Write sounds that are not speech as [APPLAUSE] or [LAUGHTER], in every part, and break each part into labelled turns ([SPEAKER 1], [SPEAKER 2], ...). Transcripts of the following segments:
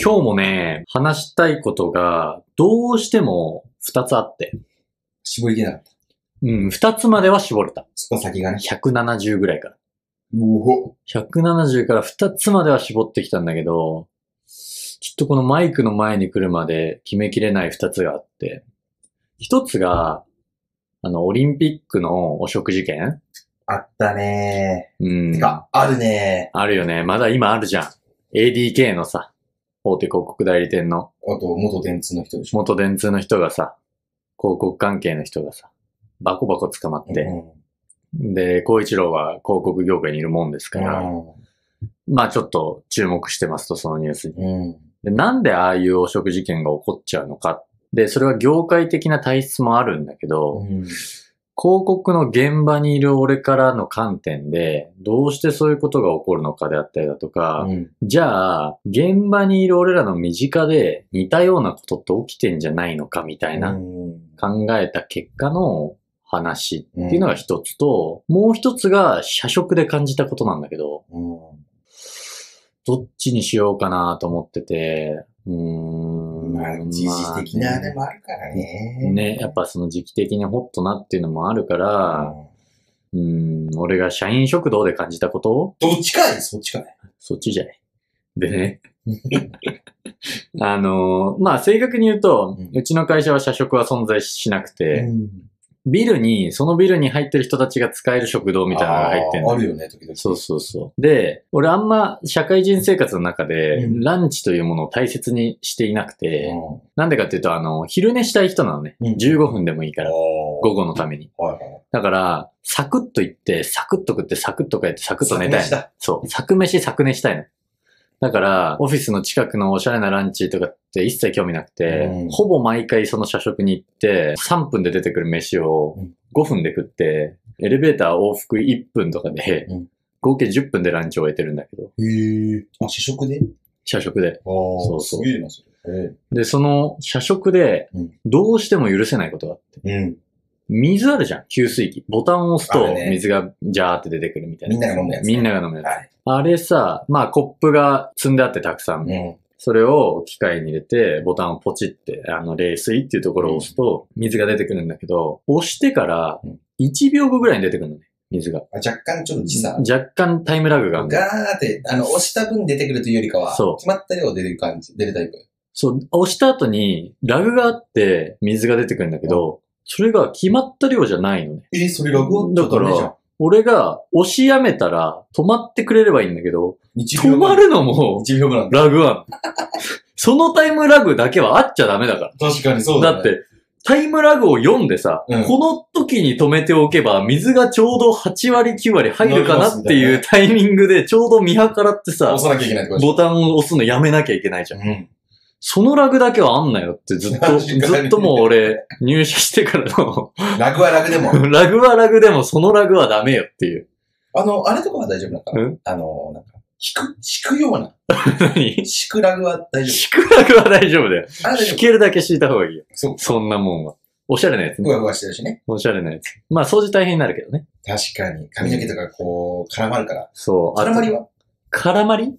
[SPEAKER 1] 今日もね、話したいことが、どうしても2つあって。
[SPEAKER 2] 絞りきれなかった。
[SPEAKER 1] うん、2つまでは絞れた。
[SPEAKER 2] そこ先がね。
[SPEAKER 1] 170ぐらいから。
[SPEAKER 2] うお
[SPEAKER 1] 170から2つまでは絞ってきたんだけど、きっとこのマイクの前に来るまで決めきれない2つがあって。1つが、あの、オリンピックのお食事券
[SPEAKER 2] あったね
[SPEAKER 1] うん
[SPEAKER 2] ー。て。か、あるね
[SPEAKER 1] あるよね。まだ今あるじゃん。ADK のさ、大手広告代理店の
[SPEAKER 2] ー。あと、元電通の人でしょ。
[SPEAKER 1] 元電通の人がさ、広告関係の人がさ、バコバコ捕まって、
[SPEAKER 2] うん
[SPEAKER 1] で、孝一郎は広告業界にいるもんですから、まあちょっと注目してますと、そのニュースに。
[SPEAKER 2] うん。うん。
[SPEAKER 1] でなんでああいう汚職事件が起こっちゃうのか。で、それは業界的な体質もあるんだけど、
[SPEAKER 2] うん。
[SPEAKER 1] 広告の現場にいる俺からの観点で、どうしてそういうことが起こるのかであったりだとか、
[SPEAKER 2] うん
[SPEAKER 1] じゃあ、現場にいる俺らの身近で似たようなことって起きてんじゃないのかみたいな考えた結果の話っていうのが一つと、もう一つが社食で感じたことなんだけど、
[SPEAKER 2] う
[SPEAKER 1] どっちにしようかなと思ってて、うーん。
[SPEAKER 2] ん。まあ、時事的
[SPEAKER 1] ま
[SPEAKER 2] な
[SPEAKER 1] あ
[SPEAKER 2] で
[SPEAKER 1] ね
[SPEAKER 2] もあるからね。
[SPEAKER 1] ね、やっぱその時期的にホットなっていうのもあるから、うん、俺が社員食堂で感じたこと
[SPEAKER 2] どっちかいそっちかい。
[SPEAKER 1] そっちじゃい。でね。
[SPEAKER 2] [LAUGHS]
[SPEAKER 1] あのーまあ、正確に言うと、
[SPEAKER 2] うん
[SPEAKER 1] うちの会社は社食は存在しなくて、
[SPEAKER 2] うん
[SPEAKER 1] ビルに、そのビルに入ってる人たちが使える食堂みたいなのが入ってん
[SPEAKER 2] あー
[SPEAKER 1] の
[SPEAKER 2] あ。るよね、時々。
[SPEAKER 1] そうそうそう。で、俺あんま社会人生活の中で、
[SPEAKER 2] うん
[SPEAKER 1] ランチというものを大切にしていなくて、
[SPEAKER 2] うん。
[SPEAKER 1] なんでかっていうと、あの、昼寝したい人なのね。
[SPEAKER 2] うん
[SPEAKER 1] 15分でもいいから、午
[SPEAKER 2] 午。
[SPEAKER 1] 後のために。
[SPEAKER 2] はいはい。
[SPEAKER 1] だから、サクッと行って、サクッと食って、サクッと帰って、サクッと寝たいの。
[SPEAKER 2] だ。
[SPEAKER 1] そう。サク飯、サク寝したいの。だから、オフィスの近くのおしゃれなランチとかって一切興味なくて、
[SPEAKER 2] うん
[SPEAKER 1] ほぼ毎回その社食に行って、3分で出てくる飯を
[SPEAKER 2] うん
[SPEAKER 1] 5分で食って、エレベーター往復1分とかで
[SPEAKER 2] うん、
[SPEAKER 1] 合計10分でランチを終えてるんだけど、
[SPEAKER 2] へえ。あ、試食でああ。
[SPEAKER 1] 社食で。
[SPEAKER 2] そう
[SPEAKER 1] そう
[SPEAKER 2] すげえな、それ。
[SPEAKER 1] で、その社食で
[SPEAKER 2] うん、
[SPEAKER 1] どうしても許せないことがあって、
[SPEAKER 2] うん。
[SPEAKER 1] 水あるじゃん、給水器。ボタンを押す
[SPEAKER 2] あ
[SPEAKER 1] と
[SPEAKER 2] るね
[SPEAKER 1] 水がジャーって出てくるみたいな。
[SPEAKER 2] みんなが飲むやつね
[SPEAKER 1] みんなが飲むやつ。
[SPEAKER 2] はい。
[SPEAKER 1] あれさ、まあコップが積んであってたくさん。
[SPEAKER 2] うん。
[SPEAKER 1] それを機械に入れて、ボタンをポチって、あの、冷水っていうところを押すと、水が出てくるんだけど、押してから
[SPEAKER 2] うん、
[SPEAKER 1] 1秒後ぐらいに出てくるのね、水が。
[SPEAKER 2] あ若干ちょっと時差。
[SPEAKER 1] 若干タイムラグがある
[SPEAKER 2] ガ
[SPEAKER 1] の。
[SPEAKER 2] ーって、あの、押した分出てくるというよりかは、
[SPEAKER 1] そう
[SPEAKER 2] 決まった量出る感じ、出るタイプ。
[SPEAKER 1] そう、押した後に、ラグがあって、水が出てくるんだけど、それが決まった量じゃないのね。
[SPEAKER 2] えー、それラグ
[SPEAKER 1] だから、俺が押しやめたら、止まってくれればいいんだけど、
[SPEAKER 2] 1
[SPEAKER 1] 止
[SPEAKER 2] 秒
[SPEAKER 1] ま
[SPEAKER 2] 分。
[SPEAKER 1] るのも、
[SPEAKER 2] 1秒分なんだ。
[SPEAKER 1] ラグは、そのタイムラグだけはあっちゃダメだから。
[SPEAKER 2] 確かにそうだ、
[SPEAKER 1] だ
[SPEAKER 2] ね。
[SPEAKER 1] っ、て、タイムラグを読んでさ、
[SPEAKER 2] うん
[SPEAKER 1] この時に止めておけば、水がちょうど8割、9割入るかなっていうタイミングで、ちょうど見計らってさ
[SPEAKER 2] 押、さなきゃいけないってこと
[SPEAKER 1] ボタンを押すのやめなきゃいけないじゃん。
[SPEAKER 2] ン。うん。
[SPEAKER 1] そのラグだけはあんなよってずっと、
[SPEAKER 2] 確かに
[SPEAKER 1] ずっともう俺、入社してからの、 [LAUGHS]
[SPEAKER 2] ラグはラグでも。
[SPEAKER 1] ラグはラグでもそのラグはダメよっていう。
[SPEAKER 2] あの、あれとかは大丈夫なんか
[SPEAKER 1] うん
[SPEAKER 2] あの、なんか、引く、敷くような。
[SPEAKER 1] 何
[SPEAKER 2] 敷くラグは大丈
[SPEAKER 1] 引くラグは大丈夫だよ。
[SPEAKER 2] 夫。あれ大丈
[SPEAKER 1] 引けるだけ引いた方がいいよ。
[SPEAKER 2] 夫。そう。
[SPEAKER 1] そんなもんは。おしゃれなやつ
[SPEAKER 2] ふ
[SPEAKER 1] ね。
[SPEAKER 2] わふわしてるしね。
[SPEAKER 1] おしゃれなやつ。まあ掃除大変になるけどね。
[SPEAKER 2] 確かに。髪の毛とかこう、絡まるから。
[SPEAKER 1] そう。あと
[SPEAKER 2] 絡まりは
[SPEAKER 1] 絡まり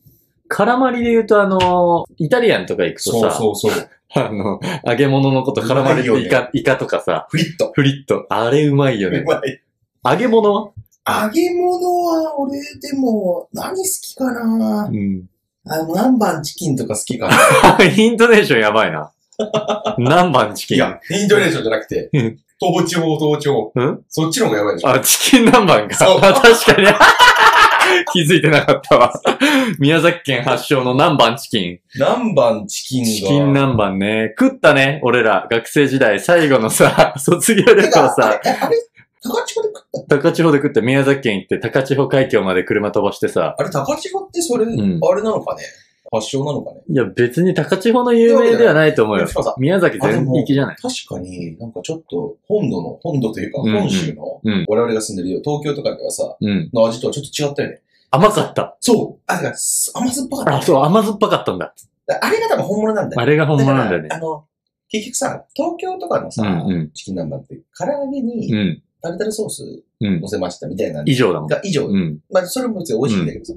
[SPEAKER 1] 絡まりで言うと、あのーイタリアンとか行くとさ、
[SPEAKER 2] うそう。
[SPEAKER 1] あの、揚げ物のこと絡まりっ
[SPEAKER 2] うまい
[SPEAKER 1] て
[SPEAKER 2] よね
[SPEAKER 1] イカ、イカとかさ、
[SPEAKER 2] フリ
[SPEAKER 1] [LAUGHS]
[SPEAKER 2] ット。
[SPEAKER 1] フリット。あれうまいよね
[SPEAKER 2] う。まい。
[SPEAKER 1] 揚げ物は
[SPEAKER 2] 揚げ物は、俺、でも、何好きかな
[SPEAKER 1] うん。
[SPEAKER 2] あの、南蛮チキンとか好きか
[SPEAKER 1] [LAUGHS]
[SPEAKER 2] な
[SPEAKER 1] イントネーションやばいな。何番チ
[SPEAKER 2] [LAUGHS] い
[SPEAKER 1] キン
[SPEAKER 2] や、イントネーションじゃなくて
[SPEAKER 1] うん、
[SPEAKER 2] 東地方、東地方。
[SPEAKER 1] うん
[SPEAKER 2] そっちの方がやばいでしょ。
[SPEAKER 1] あ、チキン南蛮か。
[SPEAKER 2] そう
[SPEAKER 1] あ [LAUGHS] 確かに。 [LAUGHS] 気づいてなかったわ。宮崎県発祥の南蛮チキン。
[SPEAKER 2] 南蛮チキンが。
[SPEAKER 1] チキン南蛮ね。食ったね、俺ら。学生時代、最後のさ、 [LAUGHS] 卒業旅
[SPEAKER 2] て
[SPEAKER 1] 行
[SPEAKER 2] か
[SPEAKER 1] さ、
[SPEAKER 2] あれ、あれ高千穂で食った
[SPEAKER 1] 高千穂で食って宮崎県行って高千穂海峡まで車飛ばしてさ。
[SPEAKER 2] あれ、高千穂ってそれ、
[SPEAKER 1] ん
[SPEAKER 2] あれなのかね発祥なのかね
[SPEAKER 1] いや別に高千穂の有名ではないと思うよ
[SPEAKER 2] で。もさ
[SPEAKER 1] 宮崎全域じゃない。
[SPEAKER 2] 確かになんかちょっと本土の、本土というか、
[SPEAKER 1] うんうん
[SPEAKER 2] 本州の、
[SPEAKER 1] うん
[SPEAKER 2] 我々が住んでるよ、東京とかではさ、
[SPEAKER 1] うん。
[SPEAKER 2] の味とはちょっと違ったよね。
[SPEAKER 1] 甘かった。
[SPEAKER 2] そう。あ、だから、す甘酸っぱかった。
[SPEAKER 1] あ、そう、甘酸っぱかったんだ。
[SPEAKER 2] だからあれが多分本物なんだ
[SPEAKER 1] [LAUGHS]
[SPEAKER 2] よ。
[SPEAKER 1] あれが本物なんだよ
[SPEAKER 2] か
[SPEAKER 1] ね。
[SPEAKER 2] らあの、結局さ、東京とかのさ、
[SPEAKER 1] うんうん
[SPEAKER 2] チキン南蛮って、唐揚げ
[SPEAKER 1] う
[SPEAKER 2] に
[SPEAKER 1] ん。
[SPEAKER 2] タルタルソース
[SPEAKER 1] うん
[SPEAKER 2] 乗。せましたみたいなの
[SPEAKER 1] 以上だもん。
[SPEAKER 2] が以上。
[SPEAKER 1] うん。
[SPEAKER 2] まあ、それも別に美味しいんだけどさ。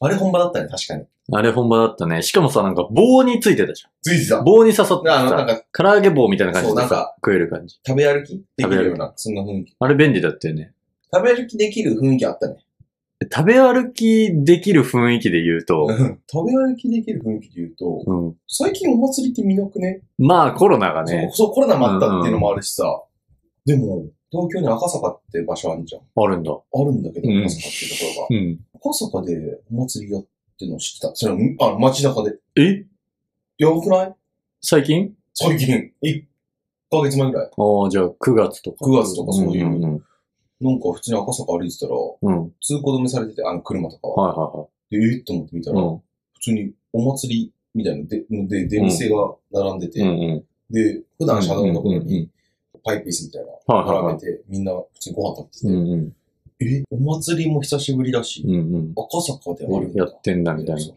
[SPEAKER 2] あれ本場だったね、確かに。
[SPEAKER 1] あれ本場だったね。しかもさ、なんか棒についてたじ
[SPEAKER 2] ついて
[SPEAKER 1] ゃ
[SPEAKER 2] た
[SPEAKER 1] ん。。棒に刺さって
[SPEAKER 2] あのなん
[SPEAKER 1] さ、
[SPEAKER 2] か、
[SPEAKER 1] 唐揚げ棒みたいな感じで
[SPEAKER 2] そうなん
[SPEAKER 1] さ
[SPEAKER 2] か、
[SPEAKER 1] 食える感じ。
[SPEAKER 2] 食べ歩きできるよ
[SPEAKER 1] 食べ歩
[SPEAKER 2] うな、そんな雰囲気。
[SPEAKER 1] あれ便利だったよね。
[SPEAKER 2] 食べ歩きできる雰囲気あったね。
[SPEAKER 1] 食べ歩きできる雰囲気で言うと、
[SPEAKER 2] [LAUGHS] 食べ歩きできる雰囲気で言うと、
[SPEAKER 1] うん。
[SPEAKER 2] 最近お祭りって見なくね
[SPEAKER 1] まあコロナがね、
[SPEAKER 2] そうそう、コロナもあったっていうのもあるしさ。でも、東京に赤坂って場所あるじゃん。
[SPEAKER 1] あるんだ。
[SPEAKER 2] あるんだけど、
[SPEAKER 1] うん
[SPEAKER 2] 赤坂っていうところが。
[SPEAKER 1] うん。
[SPEAKER 2] 赤坂でお祭りやってるの知ってたそれは、あ、街中で。
[SPEAKER 1] え
[SPEAKER 2] やばくない
[SPEAKER 1] 最近
[SPEAKER 2] 最近。1ヶ月前ぐらい。
[SPEAKER 1] ああ、じゃあ9月とか。
[SPEAKER 2] 9月とかそういう
[SPEAKER 1] うんうん
[SPEAKER 2] なんか普通に赤坂歩いてたら、
[SPEAKER 1] うん。うん。
[SPEAKER 2] 通行止めされてて、あの車とかは。
[SPEAKER 1] はいは
[SPEAKER 2] で、えっと思って見た
[SPEAKER 1] い
[SPEAKER 2] ら、
[SPEAKER 1] は
[SPEAKER 2] 普通にお祭りみたいな、で、で、出店が並んでて、
[SPEAKER 1] い。うん。うんうん。
[SPEAKER 2] で、普段シャドウのところ
[SPEAKER 1] うんうんう
[SPEAKER 2] に、パイプ椅子みたい
[SPEAKER 1] はい
[SPEAKER 2] な、
[SPEAKER 1] はいは
[SPEAKER 2] 並
[SPEAKER 1] い
[SPEAKER 2] べて、みんな普通にご飯食
[SPEAKER 1] う
[SPEAKER 2] べてて、
[SPEAKER 1] んうん。
[SPEAKER 2] え、お祭りも久しぶりだし、
[SPEAKER 1] うんうん。
[SPEAKER 2] 赤坂であるんだ。
[SPEAKER 1] やってんだみたいな。
[SPEAKER 2] そう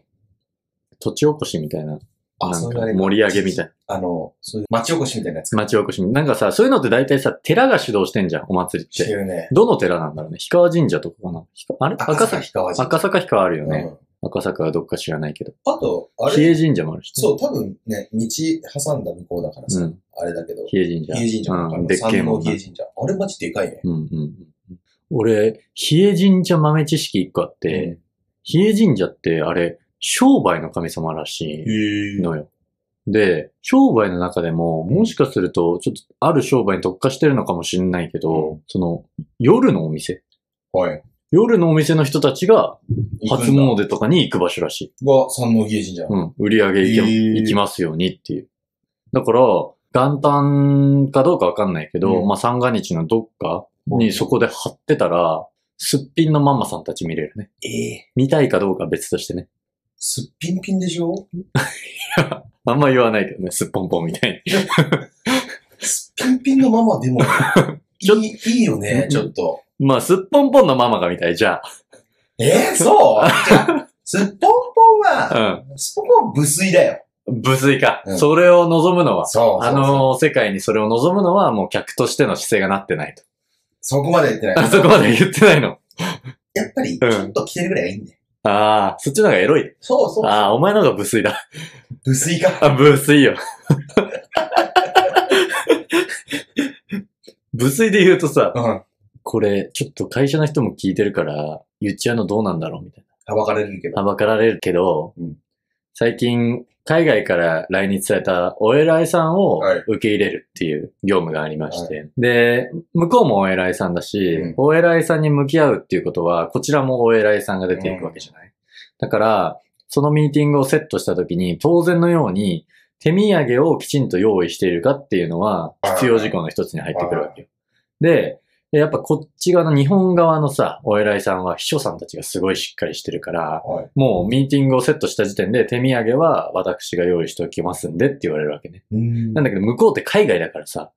[SPEAKER 1] 土地おこしみたいな。
[SPEAKER 2] あ、
[SPEAKER 1] なん
[SPEAKER 2] そ
[SPEAKER 1] か
[SPEAKER 2] れあれ
[SPEAKER 1] 盛り上げみたいな。
[SPEAKER 2] あの、そういう町おこしみたいなやつ
[SPEAKER 1] 町おこしみたいな。なんかさ、そういうのって大体さ、寺が主導してんじゃん、お祭りっ
[SPEAKER 2] して
[SPEAKER 1] て。
[SPEAKER 2] るね。
[SPEAKER 1] どの寺なんだろうね。氷川神社とかかな。ひかあれ赤坂。
[SPEAKER 2] 氷川神社
[SPEAKER 1] 赤坂氷川あるよね。
[SPEAKER 2] うん
[SPEAKER 1] 赤坂はどっか知らないけど。
[SPEAKER 2] あと、あ
[SPEAKER 1] 比
[SPEAKER 2] れ、
[SPEAKER 1] 叡神社もあるし。
[SPEAKER 2] そう、多分ね、道挟んだ向こうだから
[SPEAKER 1] う
[SPEAKER 2] さ
[SPEAKER 1] ん、。
[SPEAKER 2] あれだけど、
[SPEAKER 1] 比叡神社。
[SPEAKER 2] 比叡神社
[SPEAKER 1] うん。で
[SPEAKER 2] で
[SPEAKER 1] っけえもんな
[SPEAKER 2] 比叡神社。あれマジでかいね。
[SPEAKER 1] うんうんうん。俺、比叡神社豆知識一個あって、比叡神社ってあれ、商売の神様らしい
[SPEAKER 2] へ
[SPEAKER 1] のよ。で、商売の中でも、もしかすると、ちょっとある商売に特化してるのかもしれないけど、
[SPEAKER 2] う
[SPEAKER 1] その、夜のお店。
[SPEAKER 2] はい。
[SPEAKER 1] 夜のお店の人たちが、初
[SPEAKER 2] 行くんだ
[SPEAKER 1] 詣とかに行く場所らしい。
[SPEAKER 2] が山王比叡神社。
[SPEAKER 1] うん。売り上げ行け
[SPEAKER 2] へー
[SPEAKER 1] 行きますようにっていう。だから、元旦かどうかわかんないけど、
[SPEAKER 2] うん
[SPEAKER 1] まあ三が日のどっか
[SPEAKER 2] う
[SPEAKER 1] に
[SPEAKER 2] ん
[SPEAKER 1] そこで貼ってたら、すっぴんのママさんたち見れるね。
[SPEAKER 2] ええ。
[SPEAKER 1] 見たいかどうかは別としてね。
[SPEAKER 2] すっぴんぴんでしょ
[SPEAKER 1] あんま言わないけどね、すっぽんぽんみたいに。
[SPEAKER 2] すっぴんぴんのママでも、
[SPEAKER 1] [LAUGHS]
[SPEAKER 2] い
[SPEAKER 1] ちょ
[SPEAKER 2] い、いいよね、ちょっと。
[SPEAKER 1] [LAUGHS] まあ、すっぽんぽんのママがみたい、じゃ
[SPEAKER 2] ええ、そうじゃあすっぽんぽんは、
[SPEAKER 1] あ。
[SPEAKER 2] すっぽんぽん無粋だよ。
[SPEAKER 1] うん。無粋か。
[SPEAKER 2] うん
[SPEAKER 1] それを望むのは、
[SPEAKER 2] そう。
[SPEAKER 1] あのー世界にそれを望むのは、もう客としての姿勢がなってないと。 [LAUGHS]
[SPEAKER 2] そう、そこまで言ってな
[SPEAKER 1] あ
[SPEAKER 2] い。
[SPEAKER 1] そこまで言ってないの。
[SPEAKER 2] やっぱり、ち
[SPEAKER 1] うん
[SPEAKER 2] ょっと着てるぐらいがいいんだよ。
[SPEAKER 1] ああ、そっちの方がエロい。
[SPEAKER 2] そうそう。
[SPEAKER 1] ああ、お前の方が無粋だ。 [LAUGHS]
[SPEAKER 2] 無粋か。
[SPEAKER 1] あ、無粋よ。 [LAUGHS] 無粋で言うとさ、
[SPEAKER 2] うん。
[SPEAKER 1] これ、ちょっと会社の人も聞いてるから、言っちゃうのどうなんだろうみたいな。
[SPEAKER 2] はばかれるけど。
[SPEAKER 1] はばかられるけど、
[SPEAKER 2] うん
[SPEAKER 1] 最近、海外から来日されたお偉いさんを
[SPEAKER 2] はい
[SPEAKER 1] 受け入れるっていう業務がありまして、で、向こうもお偉いさんだし、
[SPEAKER 2] うん
[SPEAKER 1] お偉いさんに向き合うっていうことは、こちらもお偉いさんが出ていくわけじゃない。だから、そのミーティングをセットした時に、当然のように、手土産をきちんと用意しているかっていうのは、必要事項の一つに入ってくるわけよ。で、やっぱこっち側の日本側のさ、お偉いさんは秘書さんたちがすごいしっかりしてるから、
[SPEAKER 2] はい。
[SPEAKER 1] もうミーティングをセットした時点で手土産は私が用意しておきますんでって言われるわけね。
[SPEAKER 2] うん
[SPEAKER 1] なんだけど向こうって海外だからさ、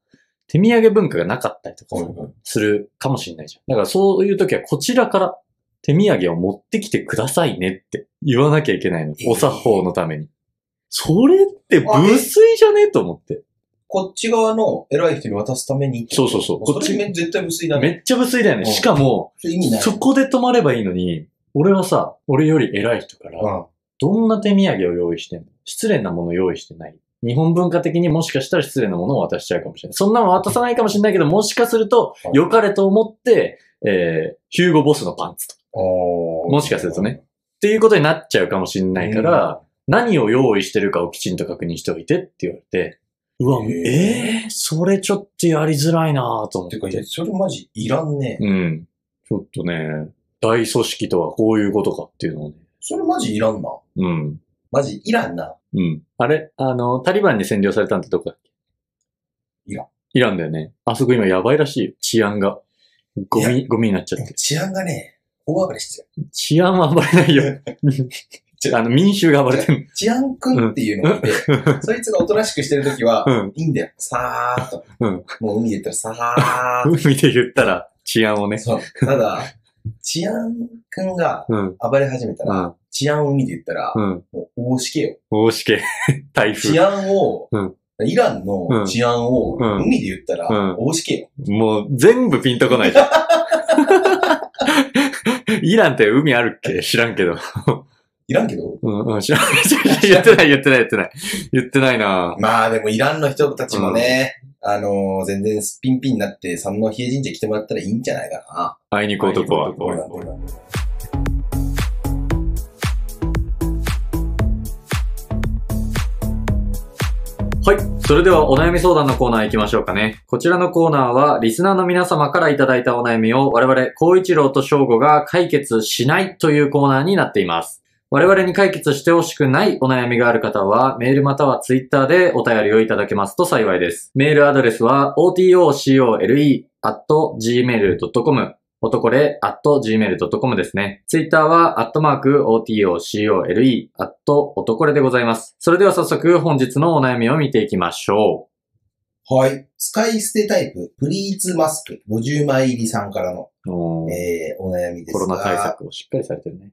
[SPEAKER 1] 手土産文化がなかったりとかさ
[SPEAKER 2] はいはい
[SPEAKER 1] するかもしれないじゃん。だからそういう時はこちらから手土産を持ってきてくださいねって言わなきゃいけないの
[SPEAKER 2] え。ー
[SPEAKER 1] お作法のために。それって無粋じゃねえと思って。
[SPEAKER 2] こっち側の偉い人に渡すために。
[SPEAKER 1] そうそうそう。こ
[SPEAKER 2] こ
[SPEAKER 1] っ
[SPEAKER 2] っち
[SPEAKER 1] ち
[SPEAKER 2] 面絶対無粋だ
[SPEAKER 1] め
[SPEAKER 2] ね。
[SPEAKER 1] っちゃ無粋だよね。
[SPEAKER 2] うん
[SPEAKER 1] しかも、
[SPEAKER 2] それ意味ない。
[SPEAKER 1] そこで止まればいいのに、俺はさ、俺より偉い人から、
[SPEAKER 2] うん。
[SPEAKER 1] どんな手土産を用意してんの失礼なもの用意してない。日本文化的にもしかしたら失礼なものを渡しちゃうかもしれない。そんなの渡さないかもしれないけど、もしかすると
[SPEAKER 2] は、い
[SPEAKER 1] 良かれと思って、えー、ヒューゴボスのパンツとか。
[SPEAKER 2] おー
[SPEAKER 1] もしかするとね。っていうことになっちゃうかもしれないから、何を用意してるかをきちんと確認しておいてって言われて、うわ、
[SPEAKER 2] へー
[SPEAKER 1] えー、それちょっとやりづらいなぁと思
[SPEAKER 2] てか、
[SPEAKER 1] っ
[SPEAKER 2] いや
[SPEAKER 1] て。
[SPEAKER 2] それマジいらんね。
[SPEAKER 1] うん。ちょっとね、大組織とはこういうことかっていうのをね。
[SPEAKER 2] それマジいらんな。
[SPEAKER 1] うん。
[SPEAKER 2] マジいらんな。
[SPEAKER 1] うん。あれあの、タリバンに占領されたんってどこだっけ
[SPEAKER 2] イラン。
[SPEAKER 1] イランだよね。あそこ今やばいらしいよ。治安が。ゴ
[SPEAKER 2] い
[SPEAKER 1] ミ、ゴミになっちゃって。
[SPEAKER 2] 治安がね、大暴れしてる。
[SPEAKER 1] 治安は暴れないよ。 [LAUGHS] あの、民衆が暴れてる。
[SPEAKER 2] 治安くんっていうのがいて、そいつがおとなしくしてるときは
[SPEAKER 1] う、ん。
[SPEAKER 2] いいんだよ。さーっと。
[SPEAKER 1] うん
[SPEAKER 2] もう海で言ったらさーっ
[SPEAKER 1] 海で言ったら治安を
[SPEAKER 2] と。
[SPEAKER 1] ね。
[SPEAKER 2] そう。ただ、治安くんが
[SPEAKER 1] うん。
[SPEAKER 2] 暴れ始めた
[SPEAKER 1] う
[SPEAKER 2] ら、
[SPEAKER 1] ん。
[SPEAKER 2] 治安を海で言ったら、
[SPEAKER 1] うん。
[SPEAKER 2] もう大しけよ。
[SPEAKER 1] 大しけ。 [LAUGHS] 台
[SPEAKER 2] 治
[SPEAKER 1] 風。
[SPEAKER 2] 安を、
[SPEAKER 1] うん
[SPEAKER 2] イランの治安を、
[SPEAKER 1] うん
[SPEAKER 2] 海で言ったら、
[SPEAKER 1] うん
[SPEAKER 2] 大しけよ。
[SPEAKER 1] もう全部ピンとこない [LAUGHS] じゃん。イランって海あるっけ知らんけど。
[SPEAKER 2] いらんけど。
[SPEAKER 1] うん、うん、知らない。言ってない、言ってない、言ってない。言ってないな
[SPEAKER 2] まあでもイランの人たちもね、あのー全然すっぴんぴんになって三の比叡神社来てもらったらいいんじゃないかな。
[SPEAKER 1] 会いに行く男は。
[SPEAKER 2] 俺なんて俺なんて
[SPEAKER 1] はい。それではお悩み相談のコーナー行きましょうかね。こちらのコーナーは、リスナーの皆様からいただいたお悩みを、我々、高一郎と翔吾が解決しないというコーナーになっています。我々に解決してほしくないお悩みがある方は、メールまたはツイッターでお便りをいただけますと幸いです。メールアドレスは、otocole.gmail.com、男れ .gmail.com ですね。ツイッターは、アットマーク、otocole、アット男れでございます。それでは早速、本日のお悩みを見ていきましょ
[SPEAKER 2] はい。使い捨てタイプ、プリーツマスク、50枚入りさんからの、
[SPEAKER 1] う。
[SPEAKER 2] えー、お悩みです
[SPEAKER 1] コ
[SPEAKER 2] が。
[SPEAKER 1] ロナ対策をしっかりされてるね。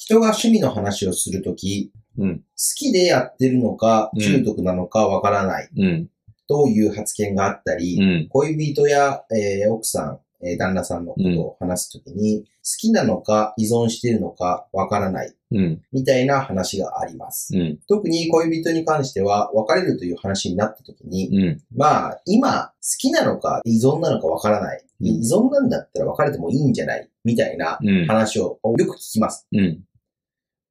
[SPEAKER 2] 人が趣味の話をするとき、
[SPEAKER 1] うん
[SPEAKER 2] 好きでやってるのか
[SPEAKER 1] う、ん
[SPEAKER 2] 中毒なのかわからない
[SPEAKER 1] うん。
[SPEAKER 2] という発言があったり、
[SPEAKER 1] うん。
[SPEAKER 2] 恋人や、えー奥さん、えー旦那さんのことを話すときに、好きなのか依存しているのかわからない
[SPEAKER 1] うん。
[SPEAKER 2] みたいな話があります。
[SPEAKER 1] うん。
[SPEAKER 2] 特に恋人に関しては別れるという話になったときに、
[SPEAKER 1] うん。
[SPEAKER 2] まあ今好きなのか依存なのかわからない。
[SPEAKER 1] うん
[SPEAKER 2] 依存なんだったら別れてもいいんじゃないみたいな
[SPEAKER 1] うん。
[SPEAKER 2] 話をよく聞きます。
[SPEAKER 1] うん。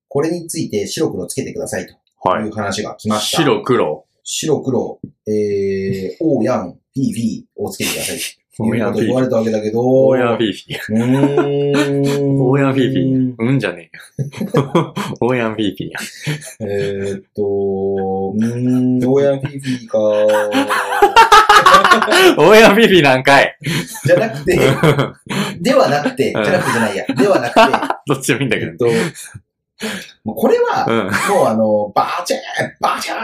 [SPEAKER 2] これについて白黒つけてくださいと。と
[SPEAKER 1] は
[SPEAKER 2] いう話が来ま
[SPEAKER 1] い。
[SPEAKER 2] した。。
[SPEAKER 1] 白黒。
[SPEAKER 2] 白黒、えー、おーやん、ピーピーをつけてください。ということを言われたわけだけど、
[SPEAKER 1] オーヤンフィーフィー。
[SPEAKER 2] うーん。
[SPEAKER 1] オーヤンフィーフィー。うんじゃねえよ。オーヤンフィーフィーや。
[SPEAKER 2] えーっと、うーん、おーやん、ピーピーか。
[SPEAKER 1] オーヤンフィーフィーなんかい。
[SPEAKER 2] じゃ
[SPEAKER 1] [LAUGHS]
[SPEAKER 2] なくて、ではなくて、じゃなくてじゃないや。では
[SPEAKER 1] [LAUGHS]
[SPEAKER 2] なく
[SPEAKER 1] どっちでもいいんだ
[SPEAKER 2] て、
[SPEAKER 1] け
[SPEAKER 2] え
[SPEAKER 1] ど
[SPEAKER 2] っ。と、もうこれは、
[SPEAKER 1] うん。うん。
[SPEAKER 2] もうあの、バチャーンバチャ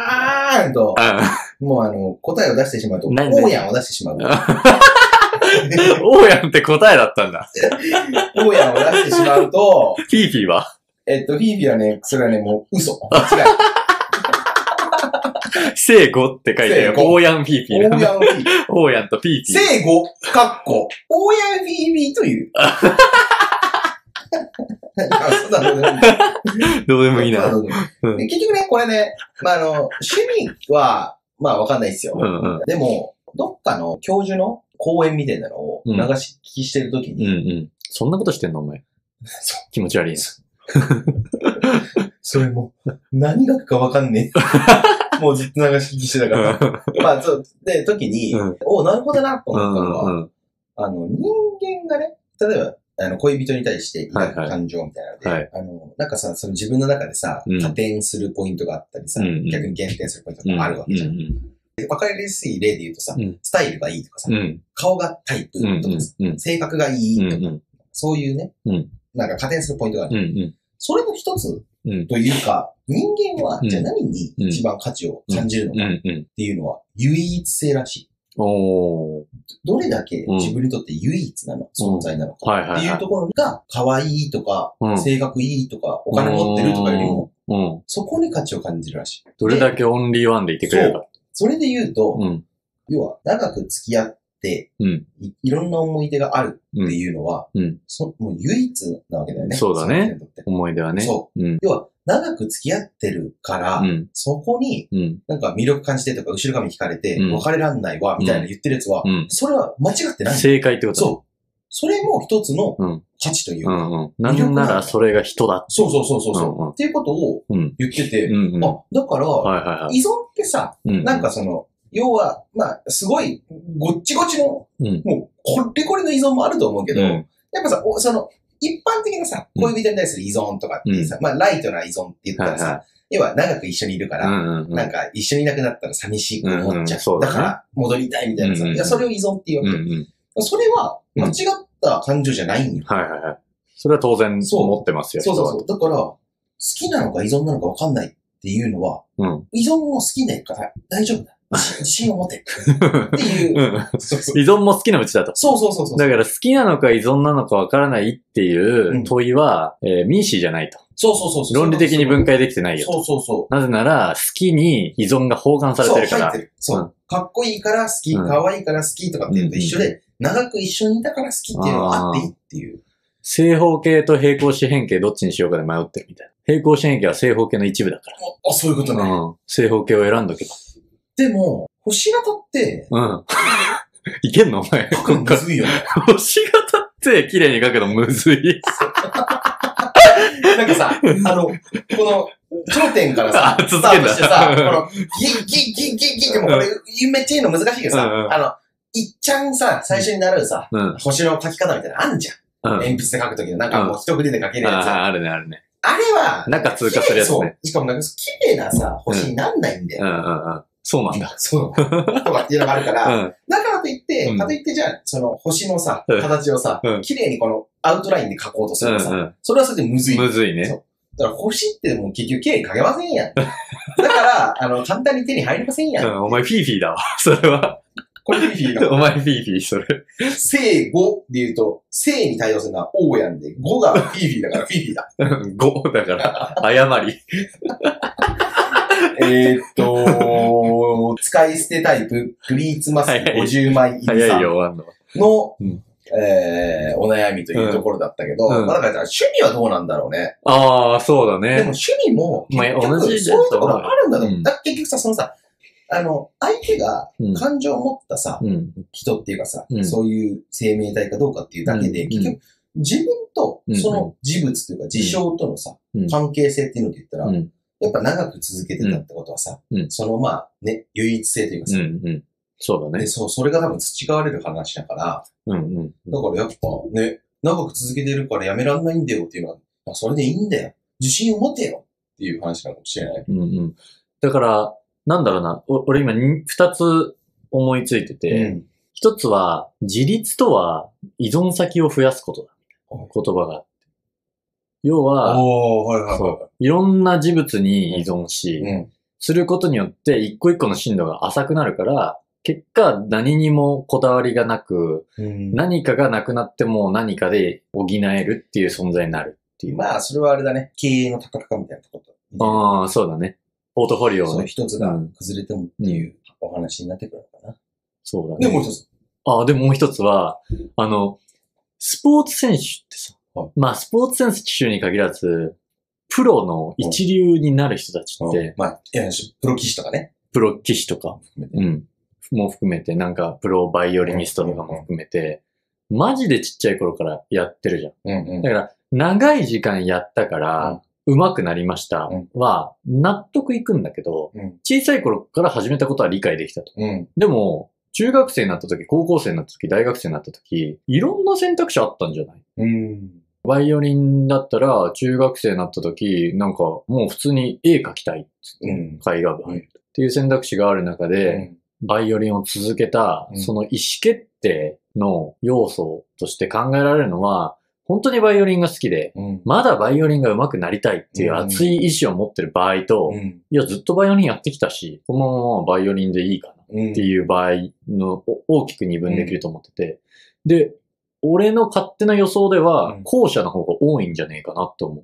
[SPEAKER 2] ーンと、もうあの、答えを出してしまうと、お
[SPEAKER 1] 何々
[SPEAKER 2] ーやんを出してしまう。
[SPEAKER 1] オーヤンって答えだったんだ。
[SPEAKER 2] おーやんを出してしまうと、
[SPEAKER 1] フィーフィーは
[SPEAKER 2] えっと、フィーフィーはね、それはね、もう嘘。間違
[SPEAKER 1] [LAUGHS] 聖語って書いて
[SPEAKER 2] 聖、語
[SPEAKER 1] オーヤンフィーフ
[SPEAKER 2] い。
[SPEAKER 1] ィー
[SPEAKER 2] オ
[SPEAKER 1] な
[SPEAKER 2] ー
[SPEAKER 1] ん
[SPEAKER 2] ヤ
[SPEAKER 1] だ。
[SPEAKER 2] ンフィーフィー。
[SPEAKER 1] オーヤンとフィーフィー。
[SPEAKER 2] 正語、かっこ、オーヤンフィーフィーという。あそうだそうだ
[SPEAKER 1] ど [LAUGHS] うでもいい
[SPEAKER 2] [LAUGHS] そうだ
[SPEAKER 1] な。
[SPEAKER 2] そうだ
[SPEAKER 1] うん
[SPEAKER 2] で結局ね、これね、まあ、あの、趣味は、まあ、わかんないですよ。
[SPEAKER 1] うんうん。
[SPEAKER 2] でも、どっかの教授の講演みたいなのを
[SPEAKER 1] うん
[SPEAKER 2] 流し聞きしてるとき
[SPEAKER 1] うん
[SPEAKER 2] に、
[SPEAKER 1] うん。そんなことしてんのお前
[SPEAKER 2] そ。
[SPEAKER 1] 気持ち悪いな。
[SPEAKER 2] それも、何学かわかんね
[SPEAKER 1] [LAUGHS]
[SPEAKER 2] え。もうずっと流し聞きしてたから。まあ、そう、で、時に、
[SPEAKER 1] うん
[SPEAKER 2] おなるほどな、と
[SPEAKER 1] う
[SPEAKER 2] 思
[SPEAKER 1] ん
[SPEAKER 2] った
[SPEAKER 1] う
[SPEAKER 2] のは、
[SPEAKER 1] んうん。
[SPEAKER 2] あの、人間がね、例えば、あの、恋人に対して抱く
[SPEAKER 1] はいはい
[SPEAKER 2] 感情みたいなので、
[SPEAKER 1] はい
[SPEAKER 2] あの、なんかさ、その自分の中でさ、
[SPEAKER 1] うん
[SPEAKER 2] 加点するポイントがあったりさ、
[SPEAKER 1] うんうん
[SPEAKER 2] 逆に減点するポイント
[SPEAKER 1] うん
[SPEAKER 2] があるわけじゃん。
[SPEAKER 1] うんうん
[SPEAKER 2] でわ、かりやすい例で言うとさ、
[SPEAKER 1] うん
[SPEAKER 2] スタイルがいいとかさ、
[SPEAKER 1] うん。
[SPEAKER 2] 顔がタイプ
[SPEAKER 1] うん
[SPEAKER 2] とかさ、
[SPEAKER 1] うん。
[SPEAKER 2] 性格がいいとか、
[SPEAKER 1] うん
[SPEAKER 2] そういうね、
[SPEAKER 1] うん
[SPEAKER 2] なんか加点するポイントがある。
[SPEAKER 1] うん。
[SPEAKER 2] それの一つ
[SPEAKER 1] うん
[SPEAKER 2] というか、人間は、
[SPEAKER 1] うん
[SPEAKER 2] じゃあ何に一番価値を感じるの
[SPEAKER 1] う
[SPEAKER 2] かっ
[SPEAKER 1] んうん。
[SPEAKER 2] ていうのは、唯一性らしい。
[SPEAKER 1] おー。
[SPEAKER 2] どれだけ自分にとって唯一なの、存在なのか。
[SPEAKER 1] はい
[SPEAKER 2] っ
[SPEAKER 1] は
[SPEAKER 2] て
[SPEAKER 1] い
[SPEAKER 2] い
[SPEAKER 1] は
[SPEAKER 2] う
[SPEAKER 1] い。
[SPEAKER 2] ところが、可愛いとか、
[SPEAKER 1] うん
[SPEAKER 2] 性格いいとか、お金持ってるとかよりも、
[SPEAKER 1] うん。
[SPEAKER 2] そこに価値を感じるらしい。
[SPEAKER 1] どれだ
[SPEAKER 2] で
[SPEAKER 1] けオンリーワンでいてくれるか。
[SPEAKER 2] それで言うと、
[SPEAKER 1] うん。
[SPEAKER 2] 要は、長く付き合って
[SPEAKER 1] うん。
[SPEAKER 2] い、いろんな思い出がある
[SPEAKER 1] う
[SPEAKER 2] って
[SPEAKER 1] ん。
[SPEAKER 2] いうのは、
[SPEAKER 1] うん
[SPEAKER 2] そもう唯一なわけだよね。
[SPEAKER 1] そうだね
[SPEAKER 2] の人にとって。
[SPEAKER 1] 思い出はね。。
[SPEAKER 2] そう
[SPEAKER 1] うん。
[SPEAKER 2] 要は、長く付き合ってるから、
[SPEAKER 1] うん。
[SPEAKER 2] そこに
[SPEAKER 1] うん。
[SPEAKER 2] なんか魅力感じてとか、後ろ髪引かれて、
[SPEAKER 1] うん
[SPEAKER 2] 別れらんないわ、みたいな言ってるやつは、
[SPEAKER 1] うん。
[SPEAKER 2] それは間違ってない。
[SPEAKER 1] 正解ってこと
[SPEAKER 2] そう。それも一つの
[SPEAKER 1] うん
[SPEAKER 2] 価値という
[SPEAKER 1] う
[SPEAKER 2] か、
[SPEAKER 1] んうん。なんならそれが人だ。
[SPEAKER 2] そうそうそうそうそう、
[SPEAKER 1] うんうん
[SPEAKER 2] っていうことを
[SPEAKER 1] うん。
[SPEAKER 2] 言ってて、
[SPEAKER 1] うんうん。は
[SPEAKER 2] あ、だから、
[SPEAKER 1] いはいはい。
[SPEAKER 2] 依存ってさ、
[SPEAKER 1] うん。
[SPEAKER 2] なんか、その、要は、まあ、すごい、ごっちごちの、
[SPEAKER 1] うん。
[SPEAKER 2] もう、これこれの依存もあると思うけ
[SPEAKER 1] う
[SPEAKER 2] ど、やっ
[SPEAKER 1] ん。
[SPEAKER 2] ぱさ、おその、一般的なさ、
[SPEAKER 1] うん
[SPEAKER 2] 恋人に対する依存とかってさ、まあ、ライトな依存って言ったらさ、
[SPEAKER 1] はいは
[SPEAKER 2] 要は長く一緒にいるか
[SPEAKER 1] う
[SPEAKER 2] ら、
[SPEAKER 1] んうんうん。
[SPEAKER 2] なんか、一緒にいなくなったら寂しいと思っちゃ
[SPEAKER 1] うんうん
[SPEAKER 2] う。
[SPEAKER 1] そうだ
[SPEAKER 2] だ
[SPEAKER 1] ね
[SPEAKER 2] から、戻りたいみたいなさ、
[SPEAKER 1] うんうん
[SPEAKER 2] いや、それを依存っていう
[SPEAKER 1] う
[SPEAKER 2] わ
[SPEAKER 1] ん
[SPEAKER 2] け、
[SPEAKER 1] うん。
[SPEAKER 2] それは、間違った感情じゃないんよ。
[SPEAKER 1] はいはいはい。それは当然
[SPEAKER 2] そう
[SPEAKER 1] 持ってますよ。
[SPEAKER 2] そうそう
[SPEAKER 1] 人
[SPEAKER 2] そう。だから、好きなのか依存なのかわかんないっていうのは、
[SPEAKER 1] は
[SPEAKER 2] 依存も好きだから大丈夫だ。自自信を持て。っていう
[SPEAKER 1] う。ん。うん。
[SPEAKER 2] そうそう
[SPEAKER 1] 依存も好きなうちだと。
[SPEAKER 2] そうそうそうそう。
[SPEAKER 1] だから好きなのか依存なのかわからないっていううん問いは、えーミーシーじゃないと。
[SPEAKER 2] そうそうそうそう。
[SPEAKER 1] 論理的に分
[SPEAKER 2] 解
[SPEAKER 1] 解できてないよ。
[SPEAKER 2] そうそうそう。
[SPEAKER 1] なぜなら、好きに依存が包含されてるか
[SPEAKER 2] そう、
[SPEAKER 1] ら
[SPEAKER 2] 入っ。てる。そうう。かっこいいから好き、
[SPEAKER 1] うん
[SPEAKER 2] かわいいから好きとかっていうのと一緒で、長く一緒にいたから好きっていうのがあっていいっていう。
[SPEAKER 1] 正方形と平行四辺形どっちにしようかで迷ってるみたいな。平行四辺形は正方形の一部だか
[SPEAKER 2] あ、そういうこと
[SPEAKER 1] ら。
[SPEAKER 2] ね。
[SPEAKER 1] うん。正方形を選んどけ
[SPEAKER 2] でも、星型って、
[SPEAKER 1] ば。うん。 [LAUGHS] いけんのお前。 [LAUGHS]
[SPEAKER 2] 書くのむずいよね。
[SPEAKER 1] 星型って綺麗に書くのむずい。
[SPEAKER 2] なん
[SPEAKER 1] [LAUGHS]
[SPEAKER 2] かさ、あの、この、頂点からさ、
[SPEAKER 1] あ
[SPEAKER 2] ス
[SPEAKER 1] 続
[SPEAKER 2] タ
[SPEAKER 1] け
[SPEAKER 2] ー
[SPEAKER 1] ん
[SPEAKER 2] ト
[SPEAKER 1] だ
[SPEAKER 2] してさ、この、ギンギンギンギンギンってもうこれ、めっちゃ言うの難しいけど
[SPEAKER 1] うんう
[SPEAKER 2] さ、
[SPEAKER 1] ん
[SPEAKER 2] あの、いっちゃんさ、最初に習うさ、
[SPEAKER 1] うん。
[SPEAKER 2] 星の書き方みたいなのあんじゃん。
[SPEAKER 1] うん。
[SPEAKER 2] 鉛筆で書くときの、なんかもう一筆で書けるやつ。
[SPEAKER 1] ああ、あるね、あるね。
[SPEAKER 2] あれは、
[SPEAKER 1] 中通過するやつね
[SPEAKER 2] そう。しかもなんか、綺麗なさ、星になんないんだ
[SPEAKER 1] うん
[SPEAKER 2] よ。
[SPEAKER 1] うんうん。そうなんだ。 [LAUGHS]
[SPEAKER 2] そう。とかっていうのがあるから、
[SPEAKER 1] うん。
[SPEAKER 2] だからといって、
[SPEAKER 1] うん
[SPEAKER 2] かといってじゃあ、その星のさ、
[SPEAKER 1] うん
[SPEAKER 2] 形をさ
[SPEAKER 1] うん、
[SPEAKER 2] 綺麗にこのアウトラインで描こうとす
[SPEAKER 1] う
[SPEAKER 2] ると
[SPEAKER 1] ん
[SPEAKER 2] さ、
[SPEAKER 1] うん。
[SPEAKER 2] それはそれでむずい。だ
[SPEAKER 1] むずい
[SPEAKER 2] そ
[SPEAKER 1] ね。
[SPEAKER 2] から星ってもう結局綺麗に描けませんやん。だから、あの、簡単に手に入りませんや。
[SPEAKER 1] うんん。お前フィーフィーだわ。 [LAUGHS] それは。
[SPEAKER 2] これフィリピンが、
[SPEAKER 1] お前フィーフィー、それ。 [LAUGHS]
[SPEAKER 2] 正五で言うと、正に対応するのは王やんで、五がフィリピンだからフィリピンだ。
[SPEAKER 1] うん5だから、誤り。
[SPEAKER 2] えーっと、使い捨てタイプ、プリーツマスク
[SPEAKER 1] 早い
[SPEAKER 2] 50枚入り
[SPEAKER 1] 早
[SPEAKER 2] さ
[SPEAKER 1] いよ、終わんのは。
[SPEAKER 2] の
[SPEAKER 1] うん、
[SPEAKER 2] えー、お悩みというところだったけど、
[SPEAKER 1] うんうん
[SPEAKER 2] まあだから趣味はどうなんだろうね。
[SPEAKER 1] ああ、そうだ
[SPEAKER 2] でも
[SPEAKER 1] ね。
[SPEAKER 2] 趣味も、
[SPEAKER 1] まあ
[SPEAKER 2] 結局
[SPEAKER 1] 同じ
[SPEAKER 2] そういうところあるんだと思
[SPEAKER 1] う
[SPEAKER 2] う。
[SPEAKER 1] ん
[SPEAKER 2] だって結局さ、そのさ、あの、相手が
[SPEAKER 1] うん
[SPEAKER 2] 感情を持ったさ、
[SPEAKER 1] うん。
[SPEAKER 2] 人っていうかさ、
[SPEAKER 1] うん
[SPEAKER 2] そういう生命体かどうかっていうだけで、
[SPEAKER 1] うん
[SPEAKER 2] 結局、自分と
[SPEAKER 1] うん
[SPEAKER 2] その事物というか事象とのさ、
[SPEAKER 1] うん
[SPEAKER 2] 関係性っていうので言ったら、
[SPEAKER 1] うん。
[SPEAKER 2] やっぱ長く続けてたってことはさ、
[SPEAKER 1] うん
[SPEAKER 2] そのまあね、唯一性というか
[SPEAKER 1] う
[SPEAKER 2] さ、
[SPEAKER 1] ん。うん。そうだ
[SPEAKER 2] で
[SPEAKER 1] ね。
[SPEAKER 2] そう、それが多分培われる話だから、
[SPEAKER 1] うんうん。
[SPEAKER 2] だからやっぱね、長く続けてるからやめらんないんだよっていうのは、あそれでいいんだよ。自信を持てよっていう話なのかもしれない。
[SPEAKER 1] うんうん。だから、なんだろうな。お俺今に、二つ思いついてて、
[SPEAKER 2] ん。
[SPEAKER 1] 一つは、自立とは依存先を増やすことだ。
[SPEAKER 2] はい
[SPEAKER 1] 言葉があって。要は、
[SPEAKER 2] おー、はいはい
[SPEAKER 1] そ
[SPEAKER 2] は
[SPEAKER 1] う。いろんな事物に依存し、
[SPEAKER 2] い。うん。
[SPEAKER 1] することによって一個一個の深度が浅くなるから、結果何にもこだわりがなく、
[SPEAKER 2] うん
[SPEAKER 1] 何かがなくなっても何かで補えるっていう存在になるっていう。
[SPEAKER 2] まあ、それはあれだね。経営の高かみたいなこと。
[SPEAKER 1] ああ、そうだね。ポートフォリオ
[SPEAKER 2] そ
[SPEAKER 1] を
[SPEAKER 2] の
[SPEAKER 1] ね。
[SPEAKER 2] 一つが崩れてもっていうお話になってくるのかな。
[SPEAKER 1] そうだね。
[SPEAKER 2] で、もう一つ。
[SPEAKER 1] ああ、でももう一つは、あの、スポーツ選手ってさ、
[SPEAKER 2] はい
[SPEAKER 1] まあスポーツ選手に限らず、プロの一流になる人たちって、
[SPEAKER 2] うんまあ、いやプロ棋士とかね。
[SPEAKER 1] プロ棋士とか、
[SPEAKER 2] 含めて
[SPEAKER 1] うん。も含めて、なんか、プロバイオリニストとかも含めて、マジでちっちゃい頃からやってるじゃん。
[SPEAKER 2] うん
[SPEAKER 1] だから、長い時間やったから、上手くなりました
[SPEAKER 2] うん
[SPEAKER 1] は、納得いくんだけど、
[SPEAKER 2] うん。
[SPEAKER 1] 小さい頃から始めたことは理解できたと。
[SPEAKER 2] うん。
[SPEAKER 1] でも、中学生になった時、高校生になった時、大学生になった時、いろんな選択肢あったんじゃない
[SPEAKER 2] うん。
[SPEAKER 1] バイオリンだったら、中学生になった時、なんか、もう普通に絵描きたいっつって。
[SPEAKER 2] うん。
[SPEAKER 1] 絵画部入るっていう選択肢がある中で、バイオリンを続けた
[SPEAKER 2] う、ん
[SPEAKER 1] その意思決定の要素として考えられるのは、本当にバイオリンが好きで、
[SPEAKER 2] うん。
[SPEAKER 1] まだバイオリンが上手くなりたいっていう熱い意志を持ってる場合と、
[SPEAKER 2] う
[SPEAKER 1] い
[SPEAKER 2] ん。
[SPEAKER 1] や、ずっとバイオリンやってきたし、このままバイオリンでいいかなっ
[SPEAKER 2] うん
[SPEAKER 1] ていう場合のお大きく二分できると思ってて、で、俺の勝手な予想で
[SPEAKER 2] う
[SPEAKER 1] は
[SPEAKER 2] ん、
[SPEAKER 1] 後者の方が多いんじゃねえかなって思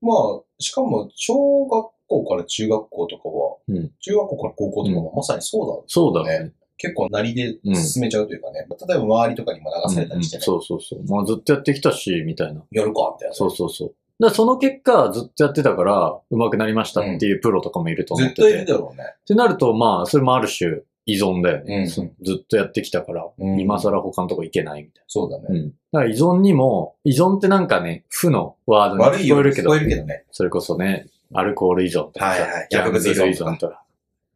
[SPEAKER 2] まあ、しかも、小学校から中学校とかは、
[SPEAKER 1] うん
[SPEAKER 2] 中学校から高校とかはまさにそうだ。
[SPEAKER 1] う。そうだね。
[SPEAKER 2] 結構、なりで進めちゃうというかね。例えば、周りとかにも流されたりしてね。
[SPEAKER 1] うんうんそうそうそう。まあずっとやってきたし、みたいな。
[SPEAKER 2] やるか、みたいな。
[SPEAKER 1] そうそうそう。だからその結果、ずっとやってたから、上手くなりましたっていうプロとかもいると思っ
[SPEAKER 2] 絶
[SPEAKER 1] てて。
[SPEAKER 2] 対いるだろうね。
[SPEAKER 1] ってなると、まあ、それもある種依存だよね。
[SPEAKER 2] うん
[SPEAKER 1] そずっとやってきたから、
[SPEAKER 2] うん
[SPEAKER 1] 今更他のとこ行けないみたい
[SPEAKER 2] そうだね。
[SPEAKER 1] な。うん。だから依存にも、依存ってなんかね、負のワード
[SPEAKER 2] 悪
[SPEAKER 1] に
[SPEAKER 2] い
[SPEAKER 1] 聞
[SPEAKER 2] よ
[SPEAKER 1] こえ
[SPEAKER 2] うに
[SPEAKER 1] るけ
[SPEAKER 2] 聞
[SPEAKER 1] ど、
[SPEAKER 2] こえるけどね。
[SPEAKER 1] それこそね、アルコール依存とかさ、
[SPEAKER 2] はいはい
[SPEAKER 1] ギャンブル依
[SPEAKER 2] 薬物依
[SPEAKER 1] 存
[SPEAKER 2] 存
[SPEAKER 1] とか。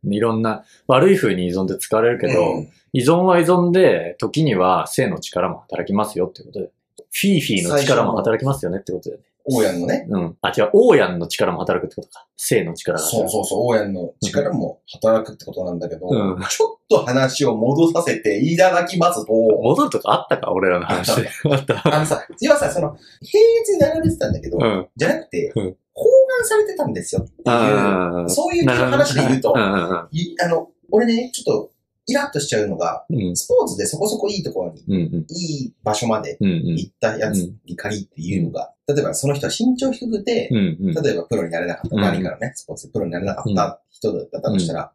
[SPEAKER 1] いろんな、悪い風に依存って使われるけど、
[SPEAKER 2] うん
[SPEAKER 1] 依存は依存で、時には性の力も働きますよってことで。フィーフィーの力も働きますよねってことで。
[SPEAKER 2] 大家のね。
[SPEAKER 1] うん。あ、違う、オーヤンの力も働くってことか。性の力が働
[SPEAKER 2] そう
[SPEAKER 1] く。
[SPEAKER 2] そうそう、大家の力も働くってことなんだけど、
[SPEAKER 1] うん
[SPEAKER 2] ちょっと話を戻させていただきますと、
[SPEAKER 1] 戻るとかあったか俺らの話で。あった。
[SPEAKER 2] あのさ、要はさ、その、平日に並べてたんだけど、
[SPEAKER 1] うん。
[SPEAKER 2] じゃなくて、
[SPEAKER 1] う
[SPEAKER 2] 包
[SPEAKER 1] ん
[SPEAKER 2] 含されてたんですよっていう、
[SPEAKER 1] ああ。
[SPEAKER 2] そういう話で言うと
[SPEAKER 1] う、んうん
[SPEAKER 2] いあの、俺ね、ちょっと、イラッとしちゃうのが、
[SPEAKER 1] うん。
[SPEAKER 2] スポーツでそこそこいいところに、
[SPEAKER 1] うんうん。
[SPEAKER 2] いい場所まで
[SPEAKER 1] うんうん。
[SPEAKER 2] 行ったやつに限って言うのが、例えばその人は身長低くて、
[SPEAKER 1] うんうん。
[SPEAKER 2] 例えばプロになれなかった、
[SPEAKER 1] うん
[SPEAKER 2] 何からね、スポーツでプロになれなかった人だったとしたら、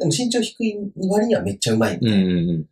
[SPEAKER 2] でも身長低い割にはめっちゃうまいみ
[SPEAKER 1] うん
[SPEAKER 2] たいな。
[SPEAKER 1] うん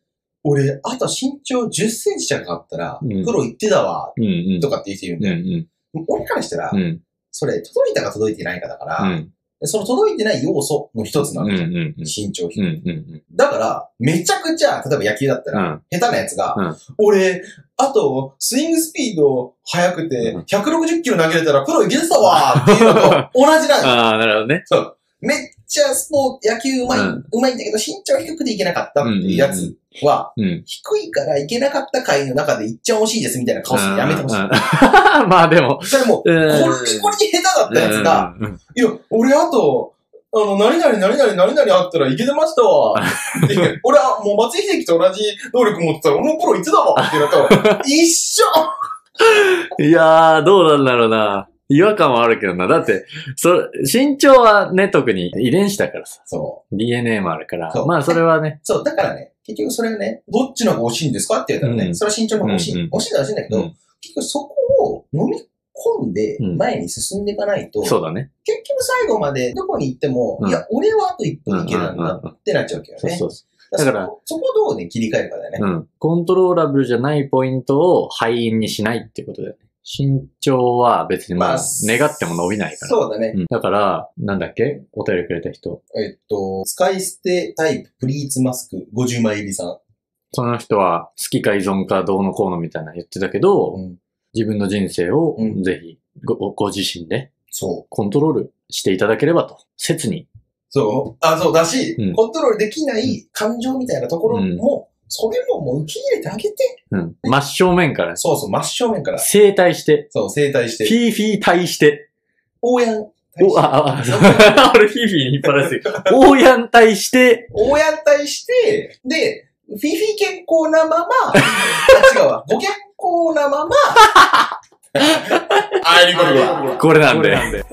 [SPEAKER 2] 俺、あと身長10センチじゃなかったら、
[SPEAKER 1] うん
[SPEAKER 2] プロ行ってたわ、
[SPEAKER 1] うんうん。
[SPEAKER 2] とかって言って言うん
[SPEAKER 1] うん
[SPEAKER 2] だよ。
[SPEAKER 1] うん。
[SPEAKER 2] 俺からしたら
[SPEAKER 1] う、ん
[SPEAKER 2] それ、届いたか届いてないかだか
[SPEAKER 1] う
[SPEAKER 2] ら、
[SPEAKER 1] ん。
[SPEAKER 2] その届いてない要素の一つな
[SPEAKER 1] うん
[SPEAKER 2] の。
[SPEAKER 1] うんうん。
[SPEAKER 2] 身長比
[SPEAKER 1] うんうんうん。
[SPEAKER 2] だから、めちゃくちゃ、例えば野球だった
[SPEAKER 1] う
[SPEAKER 2] ら、
[SPEAKER 1] ん。
[SPEAKER 2] 下手なやつが、
[SPEAKER 1] うん
[SPEAKER 2] 俺、あと、スイングスピード速くて
[SPEAKER 1] うん、
[SPEAKER 2] 160キロ投げれたらプロいけてたわーっていうのと同じなのよ。
[SPEAKER 1] ああ、なるほどね。
[SPEAKER 2] そう。めっちゃスポーツ、野球うまい、
[SPEAKER 1] うん
[SPEAKER 2] うまいんだけど身長低くていけなかったっていうやつは、
[SPEAKER 1] うん。
[SPEAKER 2] 低いからいけなかった回の中でいっちゃ惜しいですみたいな顔するのやめてほしい。
[SPEAKER 1] い。まあでも。
[SPEAKER 2] それ
[SPEAKER 1] う
[SPEAKER 2] もう、これ
[SPEAKER 1] ん
[SPEAKER 2] にこれに下手だったやつが、
[SPEAKER 1] うんうん
[SPEAKER 2] いや、俺あと、あの、何々何々何々あったらいけてました
[SPEAKER 1] [LAUGHS]
[SPEAKER 2] わ。っていう俺はもう松井秀喜と同じ能力持ってたら、もうプロいつだわっていうのと、一緒
[SPEAKER 1] いやー、どうなんだろうな。違和感はあるけどな。だって、そ、身長はね、特に遺伝子だからさ。
[SPEAKER 2] そう。
[SPEAKER 1] DNA もあるから
[SPEAKER 2] そ。う
[SPEAKER 1] まあ、それはね。
[SPEAKER 2] そう、だからね、結局それはね、どっちの方が惜しいんですかって言ったらね、
[SPEAKER 1] うん
[SPEAKER 2] それは身長の方が惜しい。
[SPEAKER 1] うんうん
[SPEAKER 2] 惜しいのは惜しいんだけど、
[SPEAKER 1] うん
[SPEAKER 2] 結局そこを飲み込んで
[SPEAKER 1] うん
[SPEAKER 2] 前に進んでいかないと、
[SPEAKER 1] そうだね。
[SPEAKER 2] 結局最後までどこに行っても、
[SPEAKER 1] うん
[SPEAKER 2] いや、俺はあと一歩でいけたん
[SPEAKER 1] うんう
[SPEAKER 2] だ
[SPEAKER 1] んうんうん
[SPEAKER 2] ってなっちゃうけど
[SPEAKER 1] そ
[SPEAKER 2] ね。
[SPEAKER 1] うそうそ
[SPEAKER 2] だから
[SPEAKER 1] だ
[SPEAKER 2] そこ、そこをどうね、切り替えるかだよね。
[SPEAKER 1] う。うん。コントローラブルじゃないポイントを敗因にしないってことだよね。身長は別にもう願っても伸びないから。
[SPEAKER 2] そうだね。
[SPEAKER 1] うんだから、なんだっけお便りくれた人。
[SPEAKER 2] えっと、使い捨てタイププリーツマスク50枚入りさん。
[SPEAKER 1] その人は好きか依存かどうのこうのみたいなの言ってたけど、
[SPEAKER 2] うん
[SPEAKER 1] 自分の人生を
[SPEAKER 2] うん
[SPEAKER 1] ぜひごごご自身で
[SPEAKER 2] そう。
[SPEAKER 1] コントロールしていただければと、切に。
[SPEAKER 2] そうあ、そうだし、
[SPEAKER 1] うん
[SPEAKER 2] コントロールできない感情みたいなところも、それももう受け入れてあげて、
[SPEAKER 1] うん。真正面から、
[SPEAKER 2] そうそう、真正面から、
[SPEAKER 1] 正対して、
[SPEAKER 2] そう、整体し
[SPEAKER 1] フ
[SPEAKER 2] て、
[SPEAKER 1] ィーフィー対して、
[SPEAKER 2] 応援対
[SPEAKER 1] お、
[SPEAKER 2] して、
[SPEAKER 1] あ、あ、
[SPEAKER 2] [LAUGHS]
[SPEAKER 1] あ俺フィーフィーに引っ張らせてる。応援対して、
[SPEAKER 2] 応援対して、で、フィフィ健康
[SPEAKER 1] [LAUGHS]
[SPEAKER 2] なまま、あ、違うわ、ご健康なまま、あ、いいことだ。
[SPEAKER 1] これなんで。